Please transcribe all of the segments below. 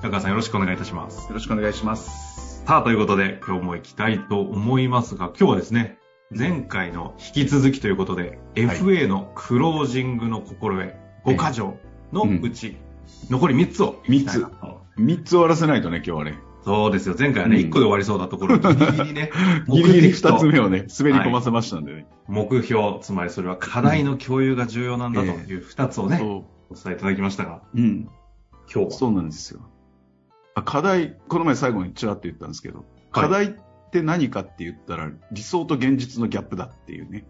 白川さんよろしくお願いいたします。よろしくお願いします。さあ、ということで今日も行きたいと思いますが、今日はですね、前回の引き続きということで、FA のクロージングの心得5箇条のうち、残り3つを行き三たいつなと。三つ終わらせないとね、今日はね。そうですよ。前回はね、うん、1個で終わりそうだところ、ギリギリね ギリギリ目的と二つ目をね、滑り込ませましたんでね。目標、つまりそれは課題の共有が重要なんだという2つをね、そお伝えいただきましたが、う。うん。今日は。そうなんですよ。あ課題、この前最後にちらっと言ったんですけど、課題って何かって言ったら、理想と現実のギャップだっていうね、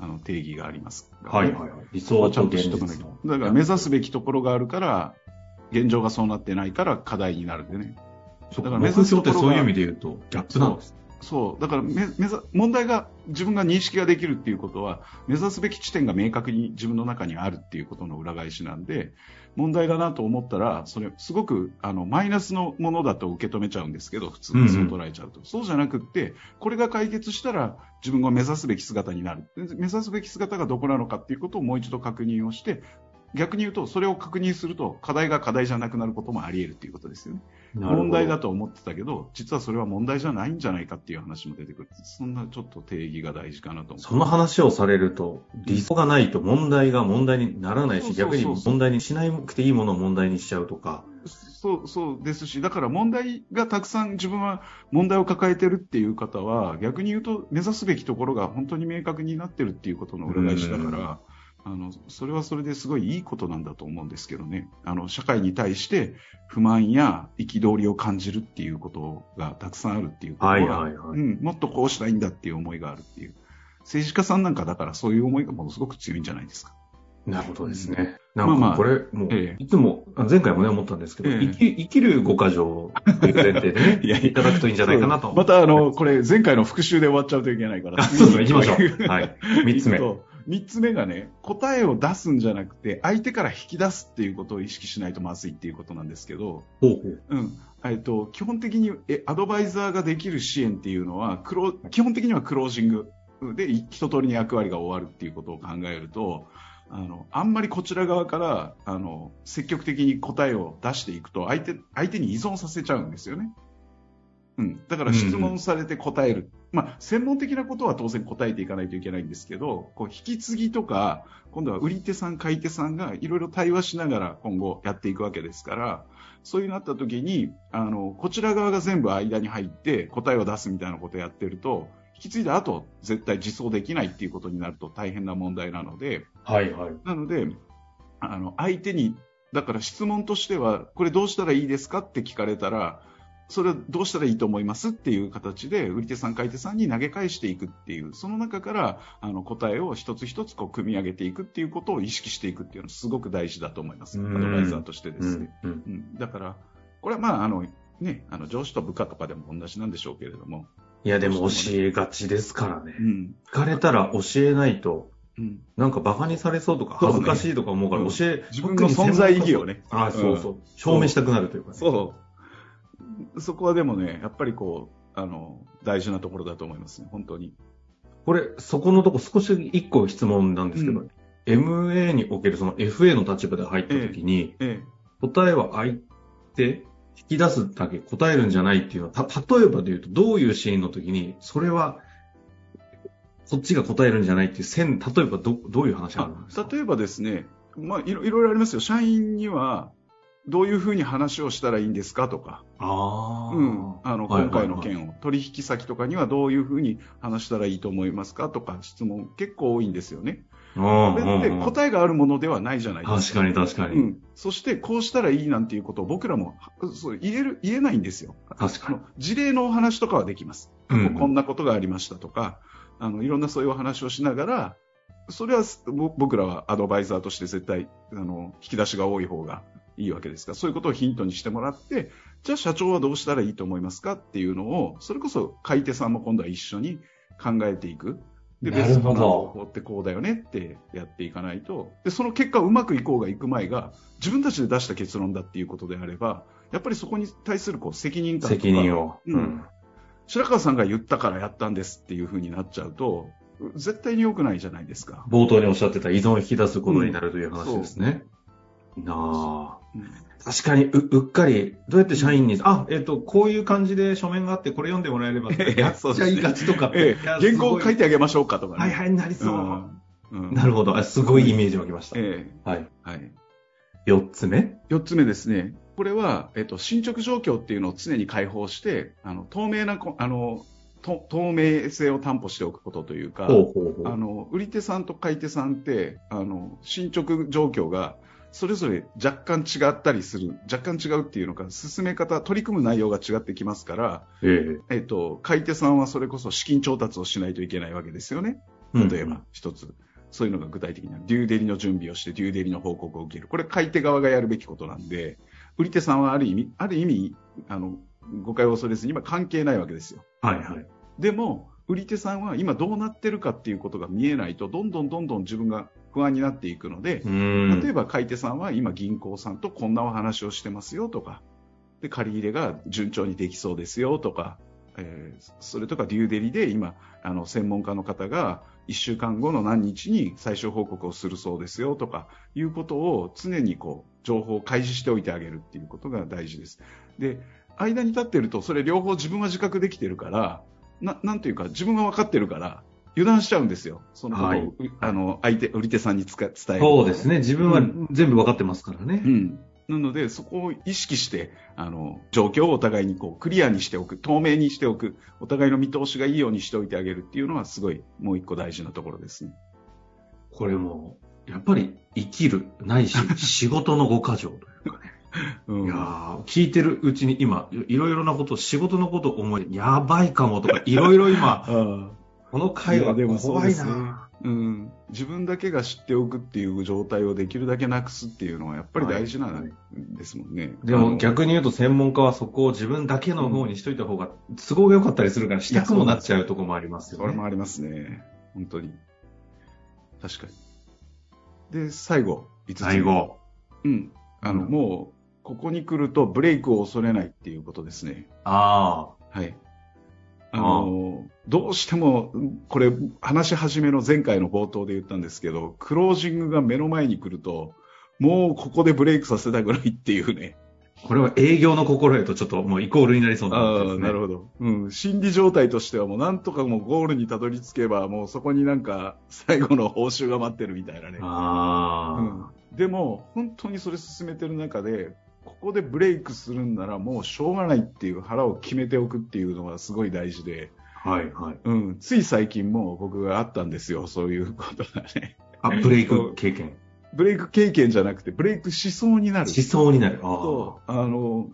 あの定義がありますからはいね、はいはい。理ま想あちゃとんと現知っとかな実きゃの。。だから目指すべきところがあるから、現状がそうなってないから課題になるんでね。そうだかから目目標指っすてところそがういう意味で言うと、ギャップなんです。そう。だからめ、目ざ問題が、自分が認識ができるっていうことは、目指すべき地点が明確に自分の中にあるっていうことの裏返しなんで、問題だなと思ったら、それ、すごく、あの、マイナスのものだと受け止めちゃうんですけど、普通うんうんにそう捉えちゃうと。そうじゃなくって、これが解決したら、自分が目指すべき姿になる。で目指すべき姿がどこなのかっていうことをもう一度確認をして、逆に言うと、それを確認すると、課題が課題じゃなくなることもあり得るっていうことですよね。問題だと。と思ってたけど、実はそれは問題じゃないんじゃないかっていう話も出てくる。そんなちょっと定義が大事かなと思その話をされると、理想がないと問題が問題にならないし、そうそう逆そうに問題にしなくていいものを問題にしちゃうとか。う。そう、そうですし、だから問題がたくさん自分は問題を抱えてるっていう方は、逆に言うと目指すべきところが本当に明確になってるっていうことの裏返しだから、あの、それはそれですごいいいことなんだと思うんですけどね。あの、社会に対して不満や憤りを感じるっていうことがたくさんあるっていうことは、いはう。ん、もっとこうしたいんだっていう思いがあるっていう。政治家さんなんかだからそういう思いがものすごく強いんじゃないですか。なるほどですうんね。なんまあまかあこれ、もうええ、いつも、あ前回もね、思ったんですけど、ええ生き生きるご箇条という前提でね 、いやいやいただくといいんじゃないかなと。またあの、これ前回の復習で終わっちゃうといけないから。 そうですね、行きましょう。はい。三つ目。行くと。三つ目がね、答えを出すんじゃなくて、相手から引き出すっていうことを意識しないとまずいっていうことなんですけど、うん。えっと、基本的に、え、アドバイザーができる支援っていうのは、クロ基本的にはクロージングでい一通りに役割が終わるっていうことを考えると、あの、あんまりこちら側から、あの、積極的に答えを出していくと、相手、相手に依存させちゃうんですよね。うん。だから質問されて答える。まあ、専門的なことは当然答えていかないといけないんですけど、こう、引き継ぎとか、今度は売り手さん、買い手さんがいろいろ対話しながら今後やっていくわけですから、そういうなった時に、あの、こちら側が全部間に入って答えを出すみたいなことをやってると、引き継いだ後、絶対実装できないっていうことになると大変な問題なので、はいはい。なので、あの、相手に、だから質問としては、これどうしたらいいですかって聞かれたら、それはどうしたらいいと思いますっていう形で、売り手さん、買い手さんに投げ返していくっていう、その中から、あの、答えを一つ一つこう、組み上げていくっていうことを意識していくっていうのはすごく大事だと思います。アうんドバイザーとしてでうすね。ん。うんうん、だから、これはまあ、あの、ね、あの上司と部下とかでも同じなんでしょうけれども、いや、でも教えがちですからねう。ん、聞かれたら教えないと、うん、なんかバカにされそうとかそう恥ねずかしいとか思うからうん教え、自分の存在意義をね、ああ、そうそう、証明したくなるというかね、そう、そこはでもね、やっぱりこう、あの、大事なところだと思いますね、本当に。これ、そこのとこ少し一個質問なんですけど、う MA におけるその FA の立場で入った時に、え答えは相手、引き出すだけ答えるんじゃないっていうのは、た例えばで言うとどういうシーンの時に、それは、そっちが答えるんじゃないっていう線、例えばどどういう話え、がああるんですか例えばですね、まあいろ、いろいろありますよ、社員には、どういうふうに話をしたらいいんですかとか、ああ、うん、あのはい今回の件を取引先とかにはどういうふうに話したらいいと思いますかとか質問結構多いんですよね。はいこはい、れってうんうんうん答えがあるものではないじゃないです確か。かに確かに、うん、そしてこうしたらいいなんていうことを僕らもそう言える言えないんですよ確あかにの。事例のお話とかはできます、うんこんなことがありましたとかあのいろんなそういうお話をしながらそれはぼ僕らはアドバイザーとして絶対あの引き出しが多い方がいいわけですからそういうことをヒントにしてもらってじゃあ社長はどうしたらいいと思いますかっていうのを、それこそ買い手さんも今度は一緒に考えていく。で、なベるスほどトな方法ってこうだよねってやっていかないと、で、その結果うまくいこうがいく前が、自分たちで出した結論だっていうことであれば、やっぱりそこに対するこう責任感とか、責任を。うん白川さんが言ったからやったんですっていう風になっちゃうと、絶対に良くないじゃないですか。冒頭におっしゃってた依存を引き出すことになるという話ですね。なあ。うん確かにう、うっかり、どうやって社員に、あ、えっ、と、こういう感じで書面があって、これ読んでもらえれば、 ええやっちゃいがちとか。ええ、いや原稿を書いてあげましょうかとすごかいはいはい、ね。なりそう。うんうんなるほど。あすごいイメージ湧きました。えはい。えはい。四つ目4つ目ですね。これは、えっと、進捗状況っていうのを常に開放して、あの、透明なこ、あの、と透明性を担保しておくことというか、ほうほうほあう。の、売り手さんと買い手さんって、あの、進捗状況が、それぞれ若干違ったりする、若干違うっていうのか、進め方、取り組む内容が違ってきますから、えええっと、買い手さんはそれこそ資金調達をしないといけないわけですよね。うん例えば、一つ。そういうのが具体的な、デューデリの準備をして、デューデリの報告を受ける。これ、買い手側がやるべきことなんで、売り手さんはある意味、ある意味、あの、誤解を恐れずに今関係ないわけですよ。はいはい。でも、売り手さんは今どうなってるかっていうことが見えないと、どんどんどんどん自分が不安になっていくので、うーん。例えば買い手さんは今銀行さんとこんなお話をしてますよとか、で、借り入れが順調にできそうですよとか、えーそれとかデューデリで今、あの、専門家の方が1週間後の何日に最終報告をするそうですよとか、いうことを常にこう、情報を開示しておいてあげるっていうことが大事です。で、間に立ってると、それ両方自分は自覚できてるから、な、なんていうか、自分は分かってるから、油断しちゃうんですよ。そのことを、はいうあの、相手、売り手さんにつか伝える。そうですね。自分はうん全部わかってますからね。うん。なので、そこを意識して、あの、状況をお互いにこう、クリアにしておく、透明にしておく、お互いの見通しがいいようにしておいてあげるっていうのは、すごい、もう一個大事なところですね。これも、やっぱり生きる、ない し、仕事の5箇条というかね。うん。いやー聞いてるうちに今、いろいろなこと、仕事のこと思い、やばいかも とか、いろいろ今、あこの会話いやでもそう怖でいすねな。ーうん、自分だけが知っておくっていう状態をできるだけなくすっていうのはやっぱり大事なんですもんね。であのも逆に言うと専門家はそこを自分だけの方にしといた方が都合が良かったりするからしたくもなっちゃうとこもありますそよれもね。ありますね。本当に。確かに。で、最後、5つ目。最後。うん。あの、うんもう、ここに来るとブレイクを恐れないっていうことですね。あはい。あの、どうしても、うんこれ、話し始めの前回の冒頭で言ったんですけど、クロージングが目の前に来ると、もうここでブレイクさせたくないっていうね。あ。これは営業の心得とちょっともうイコールになりそうなあ感じあですー、ね。なるほど。うん。心理状態としてはもうなんとかもうゴールにたどり着けば、もうそこになんか最後の報酬が待ってるみたいなね。うあんでも、本当にそれ進めてる中で、ここでブレイクするんならもうしょうがないっていう腹を決めておくっていうのがすごい大事で、あ。はいはい。うん、つい最近も僕があったんですよ、そういうことがね。あ、ブレイク経験。ブレイク経験じゃなくて、ブレイクしそうになるし。そうになる。あーと、あの、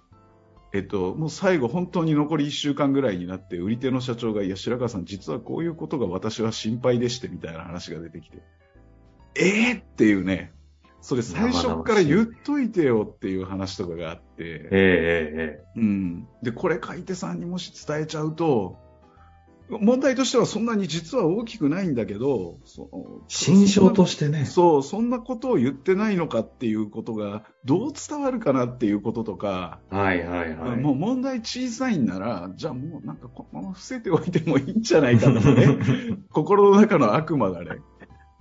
えっと、もう最後本当に残り1週間ぐらいになって、売り手の社長が、いや、白川さん、実はこういうことが私は心配でして、みたいな話が出てきて、えー、っていうね、それ最初から言っといてよっていう話とかがあって、ええええええ。うん、でこれ買い手さんにもし伝えちゃうと問題としてはそんなに実は大きくないんだけどそ心象としてね。そうそんなことを言ってないのかっていうことがどう伝わるかなっていうこととか、はいはいはい。もう問題小さいんならじゃあもうなんかこのまま伏せておいてもいいんじゃないかと かね心の中の悪魔がね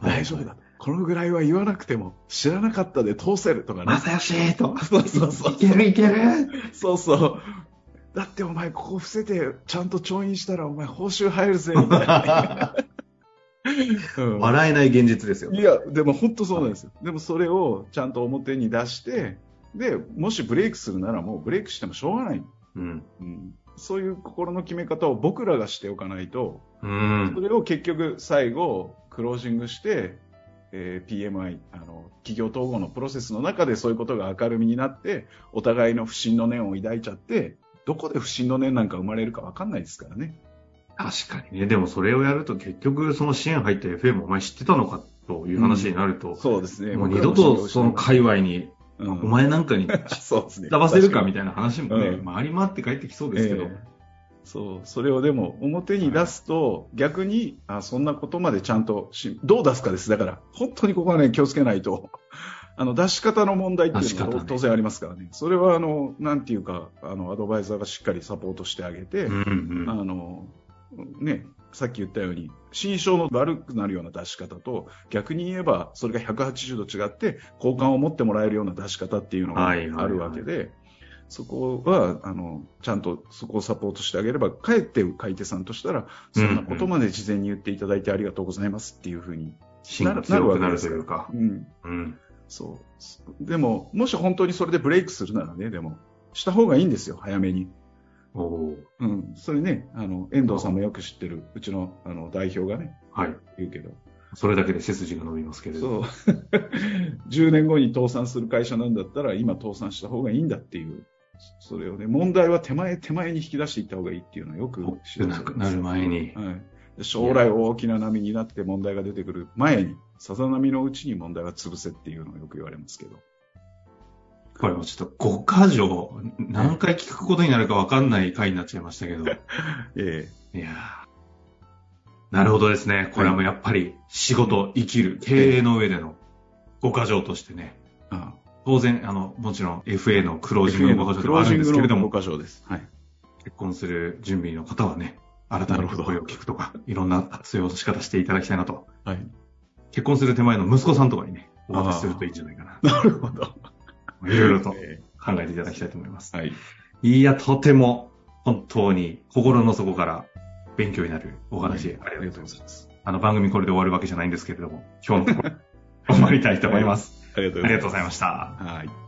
大丈夫だこのぐらいは言わなくても知らなかったで通せるとかねま。さよしーと。そうそうそういけるいける。そうそう。だってお前ここ伏せてちゃんと調印したらお前報酬入るぜみたいな、う ん笑えない現実ですよ。いやでも本当そうなんですよでもそれをちゃんと表に出してでもしブレイクするならもうブレイクしてもしょうがない、うん。うん、そういう心の決め方を僕らがしておかないとうそん。れを結局最後クロージングして、えー PMI あの企業統合のプロセスの中でそういうことが明るみになってお互いの不信の念を抱いちゃってどこで不信の念なんか生まれるかわかんないですからね。確かにね。でもそれをやると結局その支援入った FM お前知ってたのかという話になると、そうですねもう二度とその界隈にお前なん かにそうですね。騙せるかみたいな話もね、うん回り回って帰ってきそうですけど、ええそう、それをでも表に出すと、逆に、あ、そんなことまでちゃんとし、どう出すかです。だから、本当にここはね、気をつけないと。 あの、出し方の問題っていうの出し方ねは当然ありますからね。それは、あの、なんていうか、あの、アドバイザーがしっかりサポートしてあげて、うんうんあの、ね、さっき言ったように、心象の悪くなるような出し方と、逆に言えば、それが180度違って、好感を持ってもらえるような出し方っていうのがあはいはいはいるわけで、そこは、あの、ちゃんとそこをサポートしてあげれば、かえって買い手さんとしたら、そんなことまで事前に言っていただいてありがとうございますっていうふうに、芯が強くなるというか。うん、うん。そう。でも、もし本当にそれでブレイクするならね、でも、した方がいいんですよ、早めに。おおうん、それね、あの、遠藤さんもよく知ってる、うちの、あの、代表がね、はい。言うけど、それだけで背筋が伸びますけれど。そう、10年後に倒産する会社なんだったら、今倒産した方がいいんだっていう、それをね、問題は手前手前に引き出していった方がいいっていうのはよく大き知くらなくなる前に。はい。で将来大きな波になって問題が出てくる前に、さざ波のうちに問題は潰せっていうのをよく言われますけど。これもちょっと5箇条、何回聞くことになるか分かんない回になっちゃいましたけ ど。いえやーなるほどですね。これはもうやっぱり仕事、生きる、経営の上での5箇条としてね。えあ当然、あの、もちろん FA のクロージングの5箇条クでロはーあるジんンですグけれどのも、 5箇条です。はい。結婚する準備の方はね、改めなるてほど声を聞くとか、いろんな活用の仕方していただきたいなと。はい。結婚する手前の息子さんとかにね、お渡しするといいんじゃない かなるほど。な。いろいろとえ考えていただきたいと思いますえ。はい。いや、とても本当に心の底から勉強になるお話、ありがとうございます。ざいます。あの番組これで終わる わけじゃないんですけれども、今日のところ終わりたいと思います。ありがとうあござりがいますとうございました。はい。